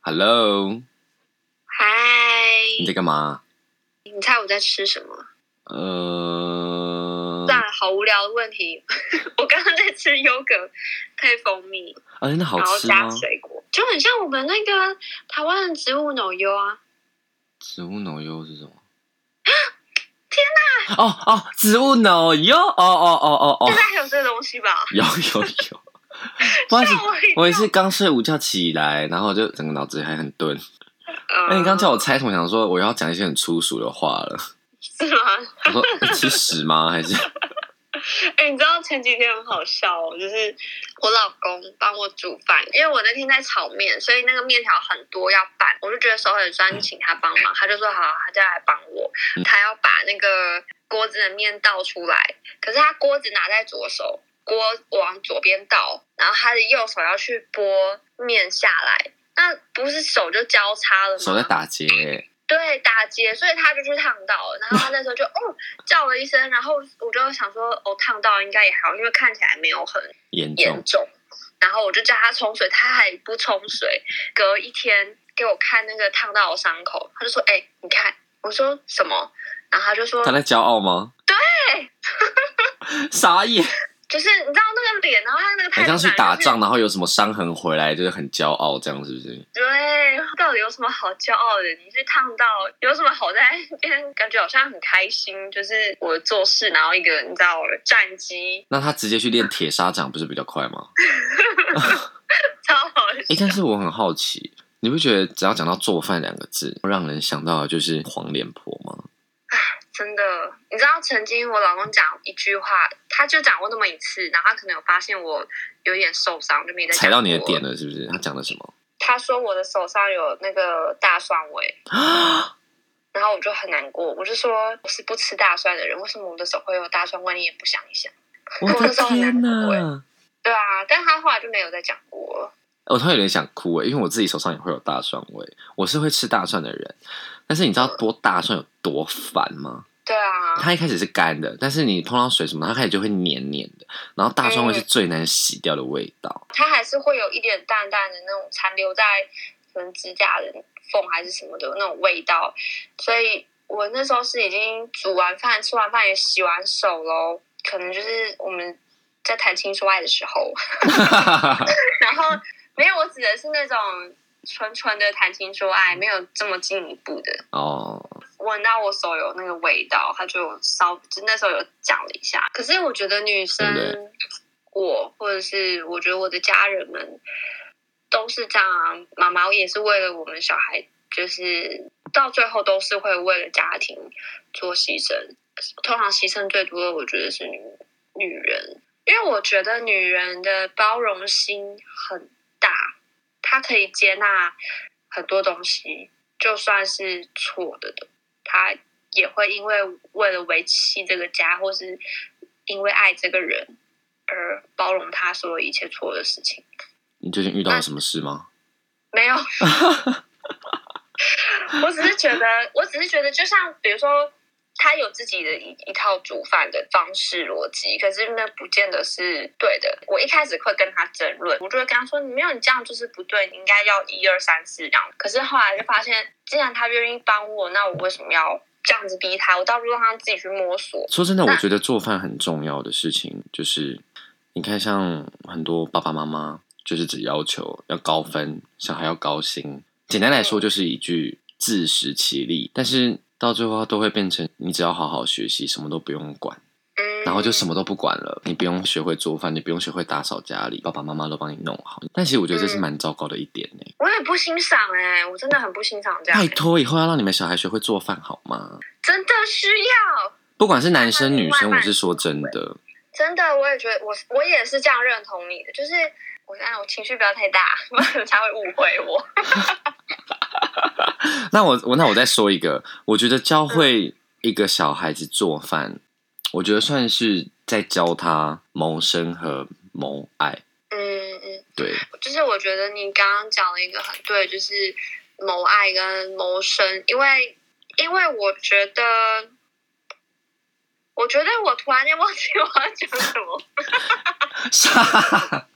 Hello，嗨，你在干嘛？你猜我在吃什么？呃，算了，好无聊的问题。 我刚刚在吃优格配蜂蜜，哎，那好然后吃吗加？水果，就很像我们那个台湾的植物奶油啊。植物奶油是什么？ 天哪！哦哦，植物奶油，哦哦哦哦哦 现，在还有这个东西吧？有有有，不好意思吓， 我一跳我也是刚睡午觉起来，然后就整个脑子还很钝。呃哎，你刚刚叫我猜什么？想说我要讲一些很粗俗的话了。呃是吗？我说哎吃屎 吗？还是哎、你知道前几天很好笑哦，就是我老公帮我煮饭，因为我那天在炒面，所以那个面条很多要拌，我就觉得手很酸，请他帮忙，他就说好，他就来帮我嗯，他要把那个锅子的面倒出来，可是他锅子拿在左手，锅往左边倒，然后他的右手要去拨面下来，那不是手就交叉了吗？手在打结？对打结，所以他就去烫到了。然后他那时候就哦叫了一声，然后我就想说哦烫到应该也还好，因为看起来没有很严重严？重。然后我就叫他冲水，他还不冲水。隔一天给我看那个烫到的伤口，他就说：“哎、你看。”我说什么？然后他就说他在骄傲吗？对， 傻眼。：“就是你知道那个脸，然后他那个态很啊度，像去打仗，，然后有什么伤痕回来，就是很骄傲，这样是不是？对，到底有什么好骄傲的？你去烫到有什么好在那边？感觉好像很开心，就是我做事，然后一个你知道战机那他直接去练铁砂掌不是比较快 吗？超好诶，笑。但是我很好奇，你不觉得只要讲到做饭两个字，让人想到的就是黄脸婆吗？真的，你知道曾经我老公讲一句话，他就讲过那么一次，然后他可能有发现我有点受伤，就没再讲踩到你的过点。了是不是？他讲的什么？他说我的手上有那个大蒜 味，然后我就很难过，我就说我是不吃大蒜的人，为什么我的手会有大蒜味？你也不想一想。 我的天 我那时哪！对啊，但他后来就没有再讲过了。我突然有点想哭欸诶，因为我自己手上也会有大蒜味，我是会吃大蒜的人。但是你知道剥大蒜有多烦吗？对啊，它一开始是干的，但是你碰到水什么，它开始就会黏黏的，然后大蒜味是最难洗掉的味道。它还是会有一点淡淡的那种残留在可能指甲的缝还是什么的那种味道，所以我那时候是已经煮完饭、吃完饭也洗完手喽，可能就是我们在谈情说爱的时候， 然后没有，我指的是那种纯纯的谈情说爱，没有这么进一步的。哦，闻到我手有那个味道，他就稍就那时候有讲了一下。可是我觉得女对生，我或者是我觉得我的家人们都是这样啊。妈妈也是为了我们小孩，就是到最后都是会为了家庭做牺牲。通常牺牲最多的，我觉得是女女人，因为我觉得女人的包容心很大，她可以接纳很多东西，就算是错的的，她也会因为为了维系这个家，或是因为爱这个人而包容他所有一切错的事情。你最近遇到了什么事吗？没有，我只是觉得，我只是觉得，就像比如说，他有自己的一一套煮饭的方式逻辑，可是那不见得是对的。我一开始会跟他争论，我就会跟他说：“你没有，你这样就是不对，你应该要一二三四这样。”可是后来就发现，既然他愿意帮我，那我为什么要这样子逼他？我倒不如让他自己去摸索。说真的，那我觉得做饭很重要的事情就是，你看像很多爸爸妈妈就是只要求要高分，小孩要高薪，简单来说就是一句自食其力，但是到最后都会变成你只要好好学习，什么都不用管，嗯，然后就什么都不管了，你不用学会做饭，你不用学会打扫家里，爸爸妈妈都帮你弄好。但其实我觉得这是蛮糟糕的一点呢、我也不欣赏哎、我真的很不欣赏这样、拜托，以后要让你们小孩学会做饭好吗？真的需要。不管是男生女生，慢慢我是说真的，真的，我也觉得我我也是这样认同你的，就是我啊，我情绪不要太大，不然他会误会我。 那我我那我再说一个，我觉得嗯教会一个小孩子做饭，我觉得算是在教他谋生和谋爱。 嗯嗯， 对， 就是我觉得你刚刚讲了一个很对，就是谋爱跟谋生，因为因为我觉得，我觉得我突然间忘记我要讲什么，傻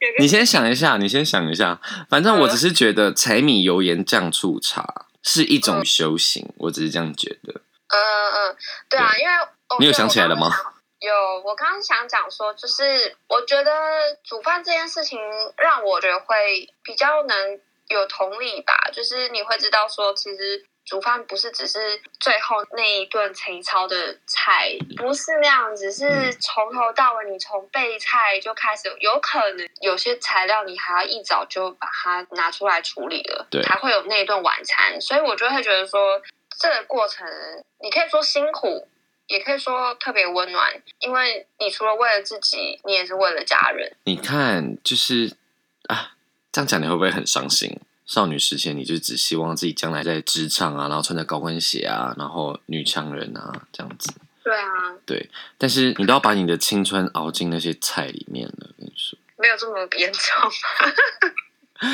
有个你先想一下，你先想一下。反正我嗯只是觉得柴米油盐酱醋茶是一种修行，我只是这样觉得。嗯嗯，对啊，因为哦你有对想我起来了刚刚吗想有，我刚刚想讲说，就是我觉得煮饭这件事情让我觉得会比较能有同理吧，就是你会知道说，其实煮饭不是只是最后那一顿陈超的菜，不是那样，只是嗯从头到尾，你从备菜就开始，有可能有些材料你还要一早就把它拿出来处理了，对才会有那一顿晚餐，所以我就会觉得说，这个过程你可以说辛苦，也可以说特别温暖，因为你除了为了自己，你也是为了家人。你看，就是啊，这样讲你会不会很伤心？少女时期，你就只希望自己将来在职场啊，然后穿着高跟鞋啊，然后女强人啊这样子。对啊，但是你都要把你的青春熬进那些菜里面了。我跟你说，没有这么严重。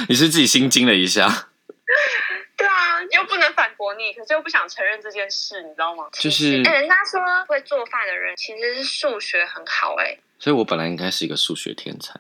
你是自己心惊了一下， 对啊，又不能反驳你，可是又不想承认这件事，你知道吗？就是哎、人家说会做饭的人其实是数学很好、哎，所以我本来应该是一个数学天才。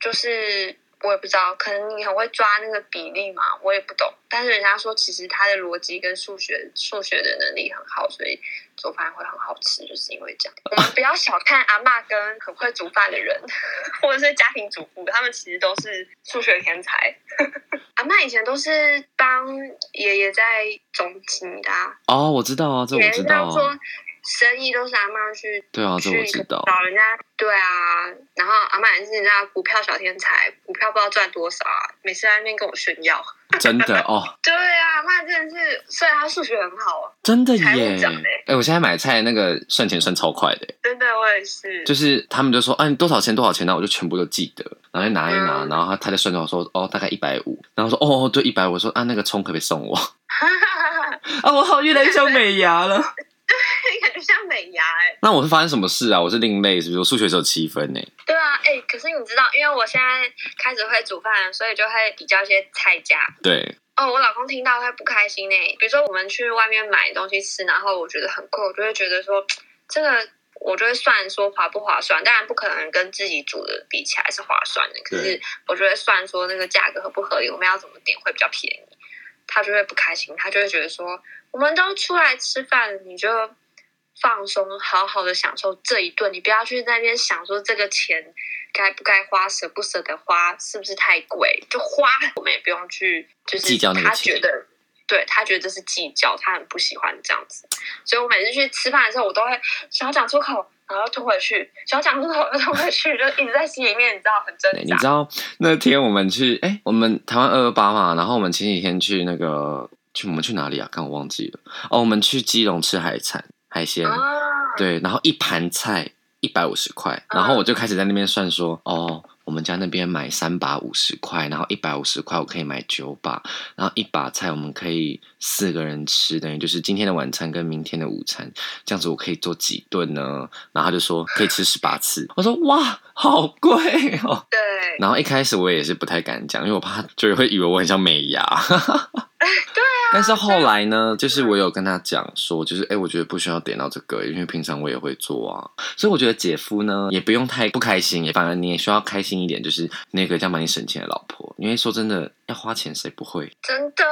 就是我也不知道，可能你很会抓那个比例嘛，我也不懂。但是人家说，其实他的逻辑跟数学数学的能力很好，所以做饭会很好吃，就是因为这样。我们不要小看阿嬷跟很会煮饭的人， 或者是家庭主妇，他们其实都是数学天才。 阿嬷以前都是帮爷爷在总经的、啊，哦，我知道啊，这别我人知这道样说啊，生意都是阿嬷去对啊，这去我知道。找人家对啊，然后阿妈也是人家股票小天才，股票不知道赚多少啊，每次在那边跟我炫耀。 真的哦，对啊，阿妈真的是，虽然她数学很好啊，真的财务耶！长哎、欸我现在买菜那个算钱算超快的耶，欸真的我也是，就是他们就说，啊，你多少钱多少钱，然后我就全部都记得，然后就拿一拿，嗯然后他他在算账，我说，哦，大概一百五，然后说，哦，哦对，一百五，我说，啊，那个葱可不可以送 我？啊，我好越来越想美牙了。 感觉像美牙哎、那我是发生什么事啊？我是另类，是不是？我数学只有七分欸呢、对啊，哎、可是你知道，因为我现在开始会煮饭，所以就会比较一些菜价。对，哦，我老公听到会不开心呢、比如说我们去外面买东西吃，然后我觉得很贵，我就会觉得说这个。我就会算说划不划算，当然不可能跟自己煮的比起来是划算的。可是对我就会算说那个价格合不合理，我们要怎么点会比较便宜，他就会不开心，他就会觉得说我们都出来吃饭了，你就放松，好好的享受这一顿，你不要去那边想说这个钱该不该花，舍不舍得花，是不是太贵，就花，我们也不用去，就是计较那个他钱觉得，对他觉得这是计较，他很不喜欢这样子，所以我每次去吃饭的时候，我都会想要讲出口。然后吞回去，想要讲出口又吞回去，就一直在心里面，你知道很挣对你扎知。道那天我们去，哎、我们台湾二二八嘛，然后我们前几天去那个去我们去哪里啊？刚我忘记了。哦，我们去基隆吃海产海鲜，啊，对，然后一盘菜一百五十块，然后我就开始在那边算说，哦，我们家那边买三把五十块，然后一百五十块我可以买九把，然后一把菜我们可以四个人吃，等于就是今天的晚餐跟明天的午餐，这样子我可以做几顿呢？然后他就说可以吃十八次，我说哇，好贵哦。对，然后一开始我也是不太敢讲，因为我怕就会以为我很像美 牙。对啊。嗯但是后来呢，就是我有跟他讲说，就是哎、诶我觉得不需要点到这个，因为平常我也会做啊。所以我觉得姐夫呢，也不用太不开心，也反而你也需要开心一点，就是那个这样帮你省钱的老婆。因为说真的，要花钱谁不会？真的，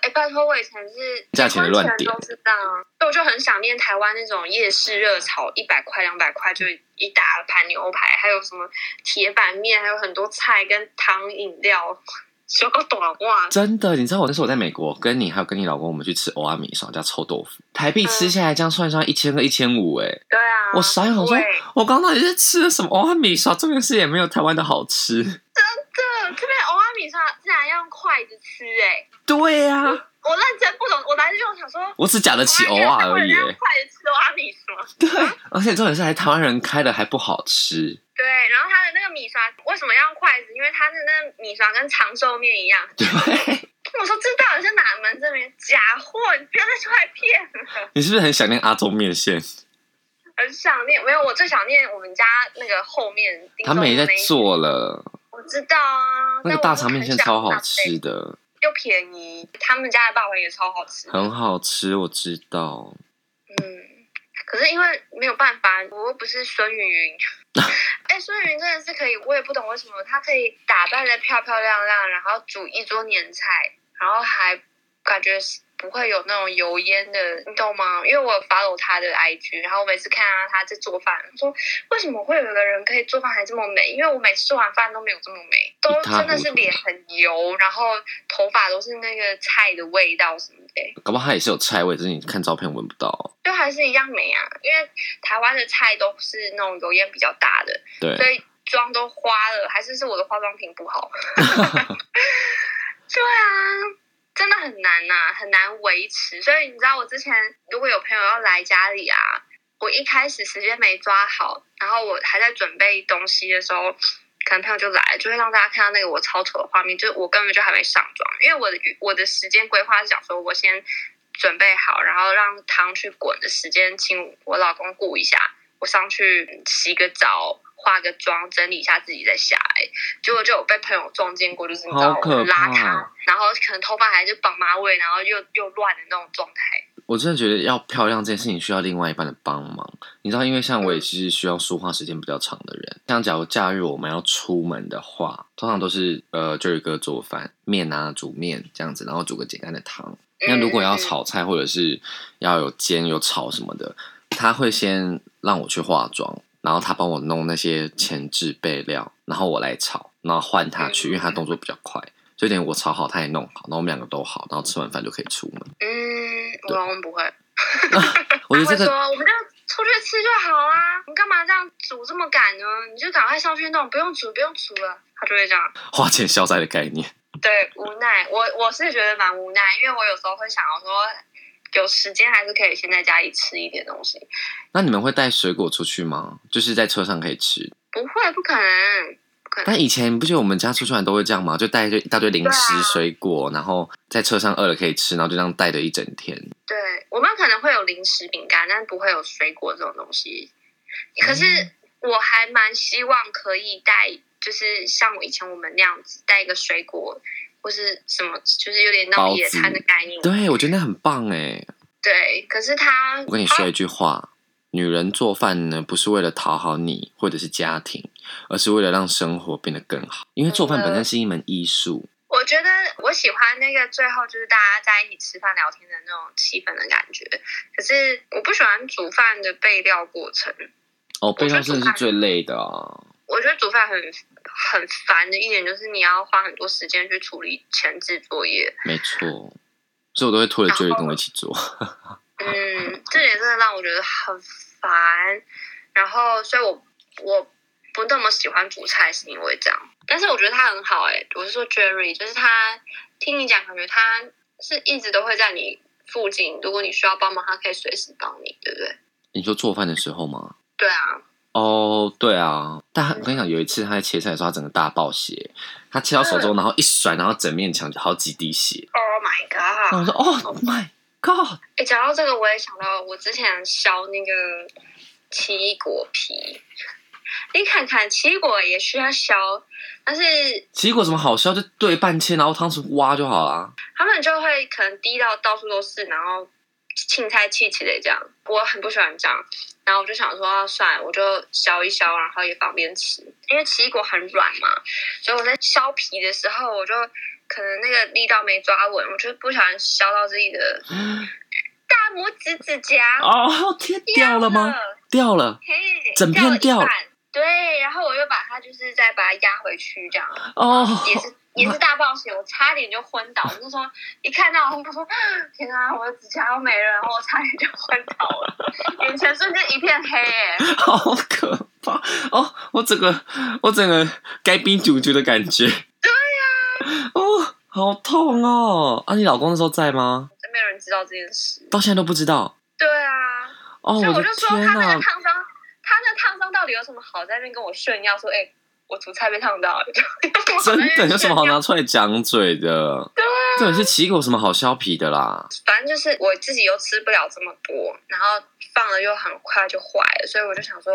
哎，拜托，我以前是价钱的乱结婚前点都是这样啊，所以我就很想念台湾那种夜市热炒，一百块、两百块就一大盘牛排，还有什么铁板面，还有很多菜跟糖饮料，小狗短袜，真的，你知道我那时候我在美国，跟你还有跟你老公，我们去吃欧阿米烧加臭豆腐，台币吃下来这样算一算一千个一千五，哎，对啊，我傻眼，我说对我刚到底是吃了什么欧阿米烧？重点是也没有台湾的好吃。这这边欧阿米上竟然要用筷子吃、哎，对呀、我认真不懂，我来这边我想说。 我只讲得起偶尔而已、台湾人欸用。筷子吃欧阿米刷，对，而且重点是还台湾人开的还不好吃。对，然后它的那个米刷为什么要用筷子？因为它的那个米刷跟长寿面一样，对， 我说这到底是哪门子名？假货！你不要再出来骗了。你是不是很想念阿中面线？很想念，没有，我最想念我们家那个后面。他们也在那一。做了，我知道啊，那个大肠面线但超我很想好吃，的，又便宜。他们家的霸王也超好吃。很好吃，我知道。 嗯，可是因为没有办法，我又不是孙云云，哎、孙云真的是可以，我也不懂为什么她可以打扮的漂漂亮亮，然后煮一桌年菜，然后还感觉是不会有那种油烟的，你懂吗？因为我有 follow 她的 IG，然后我每次看到她在做饭，我说为什么会有一个人可以做饭还这么美？因为我每次做完饭都没有这么美，都一塌糊涂真的是脸很油，然后头发都是那个菜的味道什么的。搞不好它也是有菜味，只是你看照片闻不到。就还是一样美啊，因为台湾的菜都是那种油烟比较大的，对，所以妆都花了，还是是我的化妆品不好。对啊，真的很难呐、很难维持。所以你知道，我之前如果有朋友要来家里啊，我一开始时间没抓好，然后我还在准备东西的时候。可能朋友就来，就会让大家看到那个我超丑的画面，就是我根本就还没上妆，因为我的我的时间规划是想说，我先准备好，然后让汤去滚的时间，请我老公顾一下，我上去洗个澡、化个妆、整理一下自己再下来。结果就有被朋友撞见过，就是你知道好我可很邋遢怕，哦然后可能头发还是绑马尾，然后又又乱的那种状态。我真的觉得要漂亮这件事情需要另外一半的帮忙。你知道，因为像我也是需要说话时间比较长的人。像假如假日我们要出门的话，通常都是呃 Jerry 哥做饭，面啊煮面这样子，然后煮个简单的汤。那如果要嗯炒菜或者是要有煎有炒什么的，他会先让我去化妆，然后他帮我弄那些前置备料，然后我来炒，然后换他去，因为嗯他动作比较快，所以等于我炒好他也弄好，然后我们两个都好，然后吃完饭就可以出门。嗯，我老公不会，我觉得哎他会这个说我们就出去吃就好啦，你干嘛这样煮这么赶呢？你就赶快上去弄，不用煮，不用煮了。他就会这样。花钱消灾的概念。对，无奈，我我是觉得蛮无奈，因为我有时候会想要说，有时间还是可以先在家里吃一点东西。那你们会带水果出去吗？就是在车上可以吃。不会，不可能，不可能。但以前不就我们家出去玩都会这样吗？就带着一大堆零食、对啊水果，然后在车上饿了可以吃，然后就这样带着一整天。对，我们可能会有零食、饼干，但不会有水果这种东西。可是嗯我还蛮希望可以带，就是像我以前我们那样子带一个水果或是什么，就是有点那包种子野餐的概念。对，我觉得那很棒哎。对，可是他，我跟你说一句话：女人做饭呢，不是为了讨好你或者是家庭，而是为了让生活变得更好。因为做饭本身是一门艺术。我觉得我喜欢那个最后就是大家在一起吃饭聊天的那种气氛的感觉，可是我不喜欢煮饭的备料过程。哦，觉备得料真的煮是饭最累的啊。我觉得煮饭很很烦的一点就是你要花很多时间去处理前置作业，没错，所以我都会拖着然后 Jerry 跟我一起做。 嗯，这点真的让我觉得很烦。然后，所以我我不那么喜欢煮菜，是因为这样。但是我觉得他很好、欸，哎，我是说 Jerry，就是他听你讲，感觉他是一直都会在你附近，如果你需要帮忙，他可以随时帮你，对不对？你说做饭的时候吗？对啊，哦，对啊，但他我跟你讲，有一次他在切菜的时候，他整个大爆血，他切到手嗯中，然后一甩，然后整面墙就好几滴血。 Oh my 然后 god！我说，Oh my God！哎、讲到这个，我也想到我之前削那个奇异果皮，你看看奇异果也需要削，但是奇异果怎么好削？就对半切，然后汤匙挖就好啊啦。他们就会可能滴到到处都是，然后青菜气气的这样。我很不喜欢这样，然后我就想说，啊、算了，我就削一削，然后也方便吃，因为奇异果很软嘛，所以我在削皮的时候，我就可能那个力道没抓稳，我就不小心削到自己的大拇指指甲，啊哦，天，掉了吗？了掉了。嘿，整片掉掉了一半。对，然后我又把它就是再把它压回去，这样哦，也是也是大暴血，我差点就昏倒。我那时候一看到，我就说：“天啊，我的指甲都没了！”然后我差点就昏倒了，眼前瞬间一片黑、欸。 好可怕！哦，我整个我整个该冰煮煮的感觉。对呀、哦，好痛哦！啊，你老公那时候在吗？没有人知道这件事。到现在都不知道。对啊，哦，所以的就说天他那哪个！烫伤，他那烫伤到底有什么好在那边跟我炫耀说：“哎、我煮菜被烫到了。就” 真的有什么好呢？拿出来讲嘴的？啊对、这也是奇异果有什么好削皮的啦？反正就是我自己又吃不了这么多，然后放了又很快就坏了，所以我就想说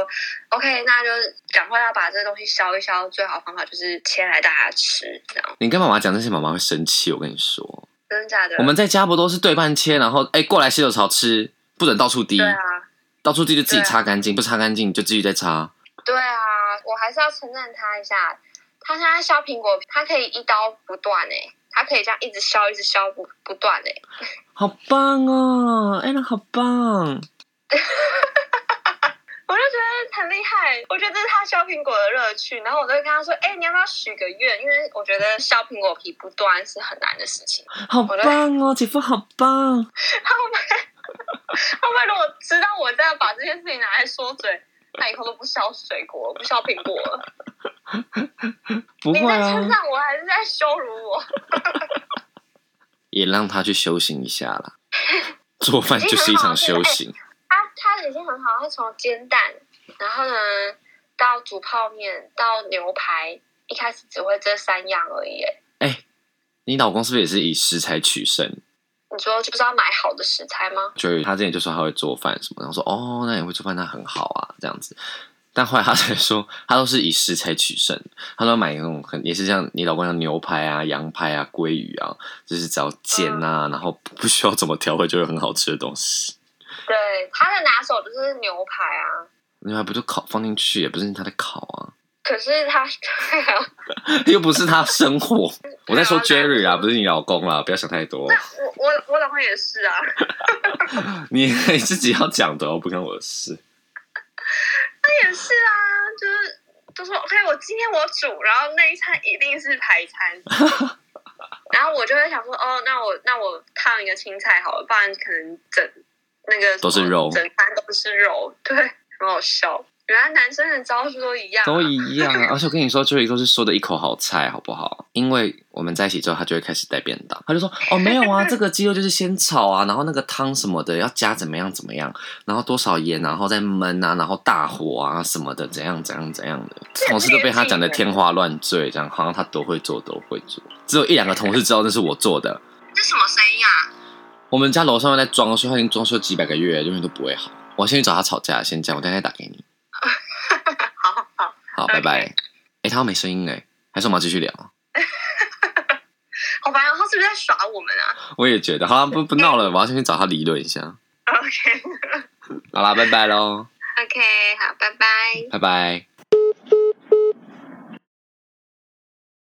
，OK，那就赶快要把这个东西消一消，最好的方法就是切来大家吃，这样你跟妈妈讲这些，妈妈会生气。我跟你说，真的假的？我们在家不都是对半切，然后哎、过来洗手槽吃，不准到处滴，对啊，到处滴就自己对啊擦干净，不擦干净就继续再擦。对啊，我还是要承认他一下，他现在削苹果，他可以一刀不断哎、他可以这样一直削，一直削不不断哎、好棒哦，艾伦好棒！我就觉得很厉害，我觉得这是他削苹果的乐趣。然后我都会跟他说：“哎、你要不要许个愿？”因为我觉得削苹果皮不断是很难的事情。好棒哦，姐夫好棒！ 他们如果知道我这样把这件事情拿来说嘴，那以后都不削水果，不削苹果了。不你会在啊称，赞我，还是在羞辱我？也让他去修行一下 啦。做饭就是一场修行，欸他他已经很好，他从煎蛋，然后呢到煮泡面，到牛排，一开始只会这三样而已耶。你老公是不是也是以食材取胜？你说就是要买好的食材吗？就是他之前就说他会做饭什么，然后说哦，那你会做饭，那很好啊，这样子。但后来他才说， 他都是以食材取胜，他都买那种很也是像你老公像牛排啊、羊排啊、鲑鱼啊，就是只要煎嗯啊，然后不需要怎么调味就会很好吃的东西。对，他的拿手就是牛排啊。牛排不就烤放进去，也不是他在烤啊， 可是他， 对啊又不是他生火。我在说没有啊 Jerry 啊，不是你老公啦，不要想太多。我我我老公也是啊。你 你自己要讲的哦，不关我的事。也是啊，就是就说 OK，我今天我煮，然后那一餐一定是排 餐，然后我就会想说，哦，那我那我烫一个青菜好了，不然可能整那个什么都是肉整餐都是肉，对，很好笑。原来男生的招数都一样啊、都一样啊！而且我跟你说，这里都是说的一口好菜，好不好？因为我们在一起之后，他就会开始带便当，他就说：“哦，没有啊，这个鸡肉就是先炒啊，然后那个汤什么的要加怎么样怎么样，然后多少盐，然后再焖啊，然后大火啊什么的，怎样怎样怎样的。”同事都被他讲的天花乱坠，这样好像他都会做，都会做。只有一两个同事知道那是我做的。这什么声音啊？我们家楼上在装修，他已经装修几百个月，永远都不会好。我要先去找他吵架，先这样，我等一下再打给你。好好好，好，拜拜。哎、他好像没声音哎，还是我们要继续聊？好烦哦，他是不是在耍我们啊我也觉得，好，不不闹了，我要先去找他理论一下。 ？OK 好啦，拜拜喽， OK，好，拜拜。拜拜。